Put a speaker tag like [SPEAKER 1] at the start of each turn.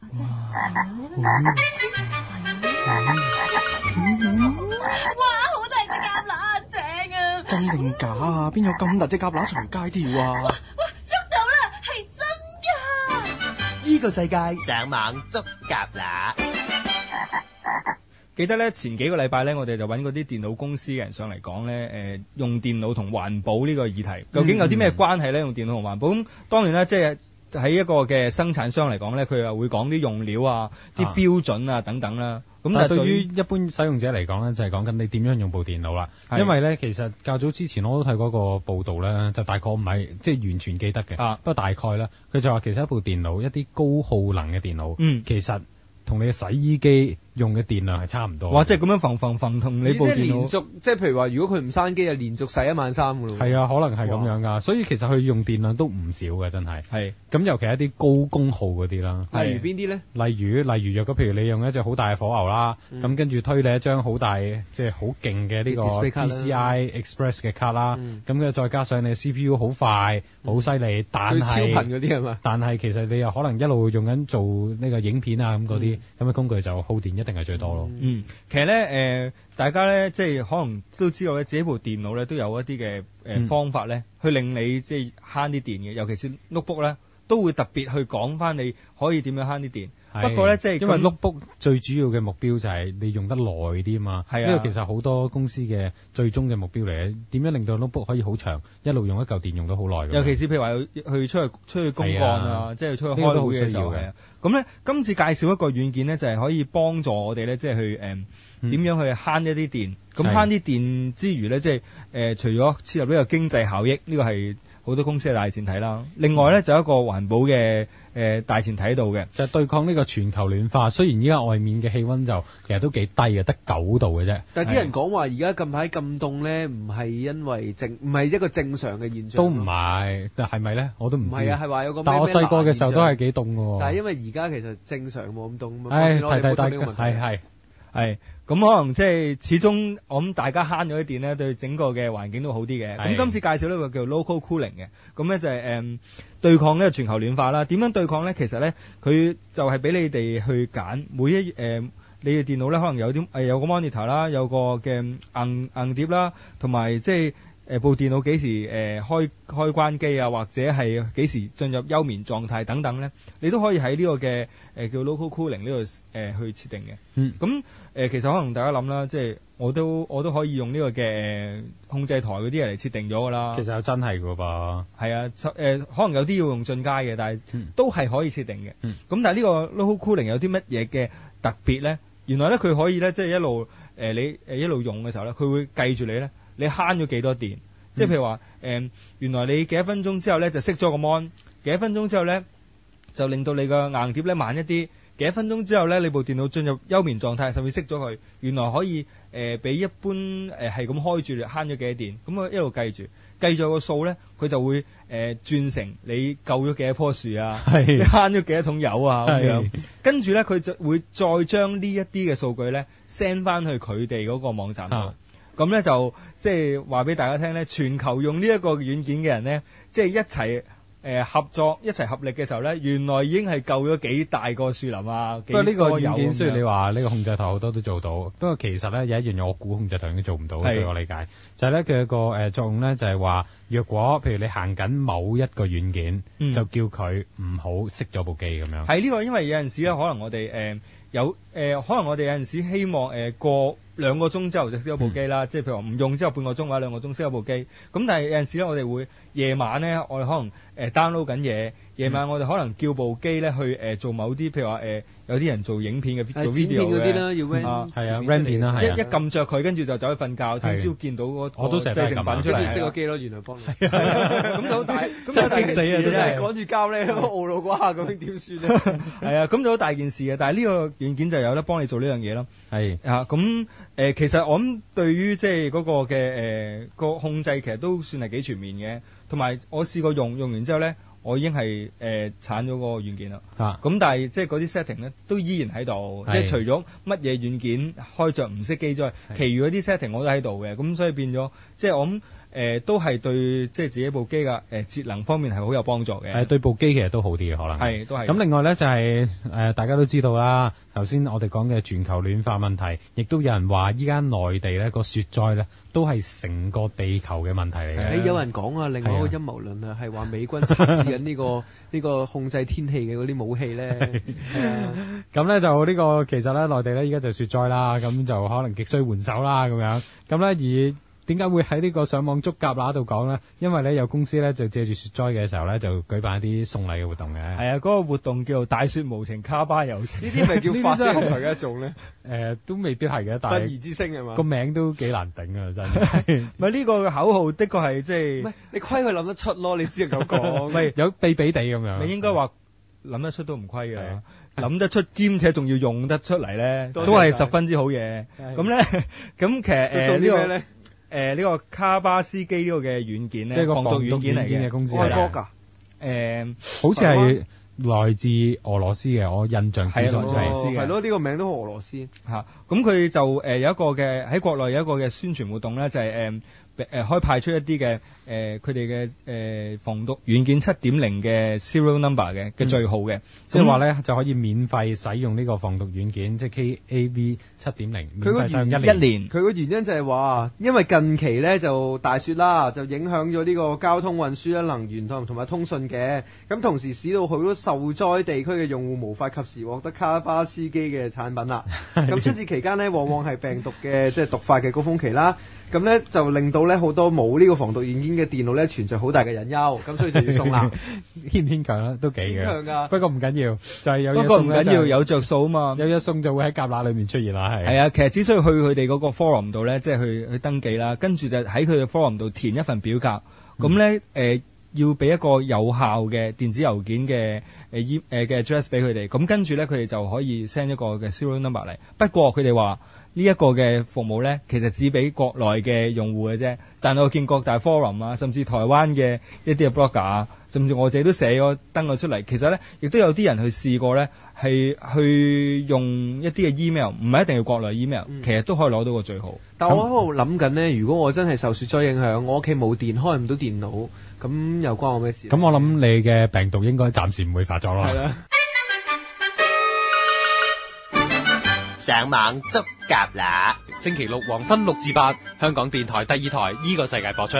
[SPEAKER 1] 嗯
[SPEAKER 2] 哇，好大隻蛤乸，正啊！
[SPEAKER 1] 真定假啊？邊有咁大隻蛤乸隨街跳啊？
[SPEAKER 2] 哇，捉到啦，係真㗎！
[SPEAKER 3] 呢個世界
[SPEAKER 4] 上網捉蛤乸。
[SPEAKER 5] 記得咧前幾個禮拜咧，我哋就揾嗰啲電腦公司嘅人上嚟講咧，誒、用電腦同環保呢個議題，究竟有啲咩關係咧？用電腦同環保咁，當然啦，即係喺一個嘅生產商嚟講咧，佢又會講啲用料啊、啲
[SPEAKER 6] 啊
[SPEAKER 5] 標準啊等等啦。咁
[SPEAKER 6] 咁但
[SPEAKER 5] 但
[SPEAKER 6] 係
[SPEAKER 5] 係
[SPEAKER 6] 對
[SPEAKER 5] 對
[SPEAKER 6] 於
[SPEAKER 5] 於
[SPEAKER 6] 一般使用者嚟講咧，就係講緊你點樣用部電腦啦。
[SPEAKER 5] 係
[SPEAKER 6] 因為咧，其實較早之前我都睇過個報道咧，就大概唔係即係完全記得嘅，
[SPEAKER 5] 啊
[SPEAKER 6] 不過大概啦。佢就話其實一部電腦，一啲高耗能嘅電腦，
[SPEAKER 5] 嗯
[SPEAKER 6] 其實同你嘅洗衣機用嘅電量係差唔多。
[SPEAKER 5] 哇，即係咁樣縫縫縫同你部
[SPEAKER 3] 即係
[SPEAKER 5] 電
[SPEAKER 3] 連
[SPEAKER 5] 腦
[SPEAKER 3] 續，即係譬如話，如果佢唔閂機，就連續洗一晚衫噶咯。
[SPEAKER 6] 係啊，可能係咁
[SPEAKER 3] 哇
[SPEAKER 6] 樣噶。所以其實佢用電量都唔少嘅，真係。
[SPEAKER 5] 係
[SPEAKER 6] 咁尤其係一啲高功耗嗰啲啦。
[SPEAKER 3] 例如邊啲咧？
[SPEAKER 6] 例如，例如若果譬如你用一隻好大嘅火牛啦，
[SPEAKER 5] 嗯
[SPEAKER 6] 咁、跟住推你一張好大即係好勁嘅呢個
[SPEAKER 3] Display card 啦
[SPEAKER 6] PCI Express 嘅卡啦，
[SPEAKER 3] 嗯
[SPEAKER 6] 咁佢、再加上你嘅 CPU 好快、
[SPEAKER 5] 嗯
[SPEAKER 6] 好犀利，但
[SPEAKER 3] 最超頻
[SPEAKER 6] 係
[SPEAKER 3] 嗰啲係嘛？
[SPEAKER 6] 但係其實你又可能一路用緊做呢個影片啊咁嗰啲，咁嘅工具就耗電一定係最多咯。
[SPEAKER 5] 嗯，其實咧，誒、大家咧，即係可能都知道咧，自己部電腦咧都有一啲嘅誒
[SPEAKER 6] 嗯
[SPEAKER 5] 方法咧，去令你即係慳啲電嘅，尤其是 notebook 咧，都會特別去講翻你可以點樣慳啲電。
[SPEAKER 6] 係
[SPEAKER 5] 不過咧，即係
[SPEAKER 6] 因為
[SPEAKER 5] 咁
[SPEAKER 6] notebook 最主要嘅目標就係你用得耐啲嘛。
[SPEAKER 5] 係啊
[SPEAKER 6] 呢個其實好多公司嘅最終嘅目標嚟嘅，點樣令到 notebook 可以好長，一路用一嚿電用到好耐咁樣。
[SPEAKER 5] 尤其是譬如話去出去出去公幹啊，
[SPEAKER 6] 啊係啊
[SPEAKER 5] 即係出去
[SPEAKER 6] 呢個
[SPEAKER 5] 開
[SPEAKER 6] 都好
[SPEAKER 5] 會嘅時候
[SPEAKER 6] 需要嘅
[SPEAKER 5] 係啊。咁咧，今次介紹一個軟件咧，就係、可以幫助我哋咧，即係去誒呃點、
[SPEAKER 6] 嗯
[SPEAKER 5] 樣去慳一啲電。咁
[SPEAKER 6] 係
[SPEAKER 5] 慳啲電之餘咧，即係誒、呃除咗切入呢個經濟效益，呢、個係好多公司嘅大前提啦。另外咧，就有一個環保嘅誒、呃大前提喺度嘅。
[SPEAKER 6] 就係對抗呢個全球暖化。雖然依家外面嘅氣温就其實都幾低嘅，得九度嘅啫，
[SPEAKER 3] 但係啲人講話而家近排咁凍咧，唔係因為正，唔係一個正常嘅現象。
[SPEAKER 6] 都唔。係，但係咪咧？我都唔
[SPEAKER 3] 唔
[SPEAKER 6] 知。
[SPEAKER 3] 係啊，係話有個咩
[SPEAKER 6] 但我細個嘅時候都係
[SPEAKER 3] 咩冷現象
[SPEAKER 6] 幾凍嘅喎。
[SPEAKER 3] 但係因為而家其實正常冇咁凍啊嘛。
[SPEAKER 6] 唉，
[SPEAKER 3] 所以我哋
[SPEAKER 6] 提提
[SPEAKER 3] 冇
[SPEAKER 6] 大
[SPEAKER 3] 討
[SPEAKER 6] 家
[SPEAKER 3] 論呢個
[SPEAKER 6] 係
[SPEAKER 3] 問題。
[SPEAKER 6] 係
[SPEAKER 5] 係咁可能即係始終我諗大家慳咗啲電咧，對整個嘅環境都好啲嘅。咁
[SPEAKER 6] 係
[SPEAKER 5] 今次介紹呢個叫 local cooling 嘅，咁咧就係、誒、對抗呢個全球暖化啦。點樣對抗咧？其實咧佢就係俾你哋去揀每一誒、你嘅電腦咧，可能有啲誒、有個 monitor 啦，有個嘅硬硬碟啦，同埋即係。誒呃部電腦幾時誒、開開關機啊，或者係幾時進入休眠狀態等等咧，你都可以喺呢個嘅誒、呃叫 local cooling 呢度誒去設定嘅。
[SPEAKER 6] 嗯
[SPEAKER 5] 咁誒、呃其實可能大家諗啦，即係我都我都可以用呢個嘅呃控制台嗰啲嘢嚟設定咗㗎
[SPEAKER 3] 啊
[SPEAKER 5] 啦。
[SPEAKER 6] 其實又真係嘅 噃。
[SPEAKER 5] 係啊，誒、呃可能有啲要用進階嘅，但係
[SPEAKER 6] 嗯
[SPEAKER 5] 都係可以設定嘅。咁、
[SPEAKER 6] 嗯
[SPEAKER 5] 但係呢個 local cooling 有啲乜嘢嘅特別咧？原來咧佢可以咧，即係一路誒、呃你誒、呃一路用嘅時候咧，佢會計住你咧，你慳咗幾多電。即係譬如話誒、呃原來你幾多分鐘之後咧就熄咗個 mon，幾多分鐘之後咧就令到你個硬碟咧慢一啲。幾多分鐘之後咧，你部電腦進入休眠狀態，甚至熄咗佢，原來可以誒比一般誒係咁開住，慳咗幾多電，咁啊一路計住，計咗個數咧，佢就會誒、呃、轉成你救咗幾多棵樹啊， 你
[SPEAKER 6] 係
[SPEAKER 5] 慳咗幾多桶油啊咁樣
[SPEAKER 6] 係，
[SPEAKER 5] 跟住咧佢就會再將呢一啲嘅數據咧 send 翻去佢哋嗰個網站度
[SPEAKER 6] 啊。
[SPEAKER 5] 咁咧就即係話俾大家聽咧，全球用呢一個軟件嘅人咧，即係一齊誒、呃合作、一齊合力嘅時候咧，原來已經係救咗幾大個樹林啊！
[SPEAKER 6] 不過呢個
[SPEAKER 5] 個
[SPEAKER 6] 軟件雖然你話呢個控制台好多都做到，不過其實咧有一樣嘢我估控制台應該做唔到嘅，
[SPEAKER 5] 係
[SPEAKER 6] 據我理解就係咧佢有個誒作用咧就係話，若果譬如你行緊某一個軟件，
[SPEAKER 5] 嗯
[SPEAKER 6] 就叫佢唔好熄咗部機咁樣。
[SPEAKER 5] 係呢個，因為有陣時咧，可能我哋誒、呃有誒、呃可能我哋有陣時希望誒、呃、過兩個鐘之後就熄咗部機啦，即係譬如話唔用之後半個鐘或者兩個鐘熄咗部機。咁但係有陣時咧，我哋會夜晚咧，我哋可能誒、呃 download 緊嘢，夜晚我哋可能叫部機咧去誒、呃做某啲譬如話誒、呃有啲人做影片嘅
[SPEAKER 3] 係
[SPEAKER 5] 做
[SPEAKER 3] 剪片
[SPEAKER 5] video
[SPEAKER 3] 嗰啲啦，
[SPEAKER 5] 嘅。
[SPEAKER 6] 係啊
[SPEAKER 3] 要 render 出嚟
[SPEAKER 6] r a n 片啦，
[SPEAKER 5] 一
[SPEAKER 6] 係啊
[SPEAKER 5] 一撳着佢，跟住就走去瞓覺。聽
[SPEAKER 6] 係
[SPEAKER 5] 朝見到嗰個
[SPEAKER 6] 我都成日
[SPEAKER 5] 即係成
[SPEAKER 6] 都係咁啊
[SPEAKER 5] 品出
[SPEAKER 3] 跟住
[SPEAKER 5] 嚟，
[SPEAKER 3] 熄個機咯，原來幫 你。
[SPEAKER 5] 咁就好大，咁就好大件事
[SPEAKER 6] 真係激死啊真係
[SPEAKER 5] 係
[SPEAKER 3] 趕住交咧，懊惱嗰下咁樣點算咧？
[SPEAKER 5] 係啊，咁就好大件事嘅。但係呢個軟件就有得幫你做呢樣嘢咯。
[SPEAKER 6] 係。
[SPEAKER 5] 啊，咁誒、呃其實我諗對於即係嗰個嘅誒、呃、個控制，其實都算係幾全面嘅。同埋我試過用，用完之後咧，我已經係誒鏟咗個軟件啦。
[SPEAKER 6] 啊，
[SPEAKER 5] 咁但係即係嗰啲 setting 咧，都依然喺度。即係
[SPEAKER 6] 係
[SPEAKER 5] 除咗乜嘢軟件開着唔熄機之外，其餘嗰啲 setting 我都喺度嘅。咁所以變咗，即係我諗誒、誒都係對即係自己部機嘅誒節能方面係好有幫助嘅。
[SPEAKER 6] 誒對部機其實都好啲嘅可能。
[SPEAKER 5] 係都係
[SPEAKER 6] 咁另外咧就係、呃大家都知道啦，頭先我哋講嘅全球暖化問題，亦都有人話依家內地咧個雪災咧都係成個地球嘅問題嚟嘅。
[SPEAKER 3] 誒有人講啊，另外一個
[SPEAKER 6] 係
[SPEAKER 3] 陰謀論啊，係話美軍測試緊呢個呢個控制天氣嘅嗰啲武器咧，係啊
[SPEAKER 6] 咁咧就呢、個其實咧內地咧依家就雪災啦，咁就可能極需援手啦咁樣。咁咧而點解會喺呢個上網捉蛤乸度講咧？因為咧有公司咧就借住雪災嘅時候咧就舉辦一啲送禮嘅活動嘅。
[SPEAKER 5] 係啊，嗰、個活動叫做大雪無情，卡巴有情。
[SPEAKER 1] 呢啲咪叫發
[SPEAKER 6] 呢啲
[SPEAKER 1] 聲
[SPEAKER 6] 真
[SPEAKER 1] 才嘅一種咧，
[SPEAKER 6] 誒、都未必係嘅，
[SPEAKER 1] 不
[SPEAKER 6] 但
[SPEAKER 1] 義
[SPEAKER 6] 係
[SPEAKER 1] 之星啊係嘛
[SPEAKER 6] 個？名都幾難頂啊！真係
[SPEAKER 5] 唔係呢個口號的確係即
[SPEAKER 1] 唔
[SPEAKER 5] 係
[SPEAKER 1] 係，你虧佢諗得出咯，你只能夠講。
[SPEAKER 5] 喂
[SPEAKER 6] 有避避地咁樣。
[SPEAKER 5] 你應該話諗得出都唔虧
[SPEAKER 6] 係
[SPEAKER 5] 嘅，諗得出兼且仲要用得出嚟咧，
[SPEAKER 1] 多謝
[SPEAKER 5] 都
[SPEAKER 1] 晒
[SPEAKER 5] 係十分之好嘢。
[SPEAKER 6] 係
[SPEAKER 5] 咁咧，咁其實
[SPEAKER 1] 佢
[SPEAKER 5] 誒
[SPEAKER 1] 送啲
[SPEAKER 5] 呢
[SPEAKER 1] 咩
[SPEAKER 5] 個
[SPEAKER 1] 咧？
[SPEAKER 5] 誒呢個卡巴斯基呢個嘅軟件咧，
[SPEAKER 6] 即係個
[SPEAKER 5] 防
[SPEAKER 6] 防毒
[SPEAKER 5] 毒軟件嚟
[SPEAKER 6] 軟件嘅公司
[SPEAKER 1] 外
[SPEAKER 6] 係啦
[SPEAKER 1] 國㗎，
[SPEAKER 5] 誒
[SPEAKER 6] 好似係來自俄羅斯嘅，我印象之
[SPEAKER 5] 係
[SPEAKER 6] 中
[SPEAKER 5] 俄羅斯
[SPEAKER 6] 係
[SPEAKER 5] 嘅
[SPEAKER 1] 哦係咯，呢個名都好俄羅斯。
[SPEAKER 5] 嚇，咁佢就誒有一個嘅喺國內有一個嘅宣傳活動咧，就係誒誒開派出一啲嘅誒佢哋嘅誒防毒軟件七點零嘅 serial number 嘅嘅序號嘅，
[SPEAKER 6] 即係話咧就可以免費使用呢個防毒軟件，即係 KAV 七點零，免費使用
[SPEAKER 5] 一
[SPEAKER 6] 嗯一年。
[SPEAKER 5] 年
[SPEAKER 1] 佢個原因就係話，因為近期咧就大雪啦，就影響咗呢個交通運輸啦、能源同同埋通訊嘅。咁同時使到好多受災地區嘅用戶無法及時獲得卡巴斯基嘅產品啦。咁春節期間呢，往往係病毒嘅即係毒發嘅高峰期啦。咁呢，就令到呢好多冇呢個防毒軟件嘅電腦呢，存在好大嘅隱憂。咁所以就要送啦。
[SPEAKER 6] 牽唔牽強啦，都幾
[SPEAKER 1] 牽強
[SPEAKER 6] 嘅。
[SPEAKER 1] 㗎
[SPEAKER 6] 不過唔緊要，就係有
[SPEAKER 5] 不
[SPEAKER 6] 嘢
[SPEAKER 5] 過唔
[SPEAKER 6] 送
[SPEAKER 5] 緊
[SPEAKER 6] 咧
[SPEAKER 5] 要
[SPEAKER 6] 就
[SPEAKER 5] 有着數啊嘛。
[SPEAKER 6] 有嘢送就會喺夾乸裏面出現啦，係。
[SPEAKER 5] 係啊，其實只需要去佢哋嗰個 forum 度咧，即係去去登記啦，跟住就喺佢哋 forum 度填一份表格，咁咧誒要俾一個有效嘅電子郵件嘅誒 e 誒嘅 address 俾佢哋，咁跟住咧佢哋就可以 send 一個嘅 serial number 嚟。不過佢哋話呢一個嘅服務咧，其實只俾國內嘅用戶嘅啫，但我見各大 forum 啊，甚至台灣嘅一啲嘅 blogger 啊，甚至我自己都寫咗登咗出嚟。其實咧，亦都有啲人去試過咧，係去用一啲嘅 email，唔係一定要國內 email，、其實都可以攞到個最好。
[SPEAKER 3] 但我喺度諗緊呢，如果我真係受雪災影響，我屋企冇電，開唔到電腦，咁又關我咩
[SPEAKER 1] 啊
[SPEAKER 3] 事呢？
[SPEAKER 6] 咁我諗你嘅病毒應該暫時唔會發作咯。
[SPEAKER 4] 上網捉蛤乸。
[SPEAKER 7] 星期六黃昏六至八，香港電台第二台依個世界播出。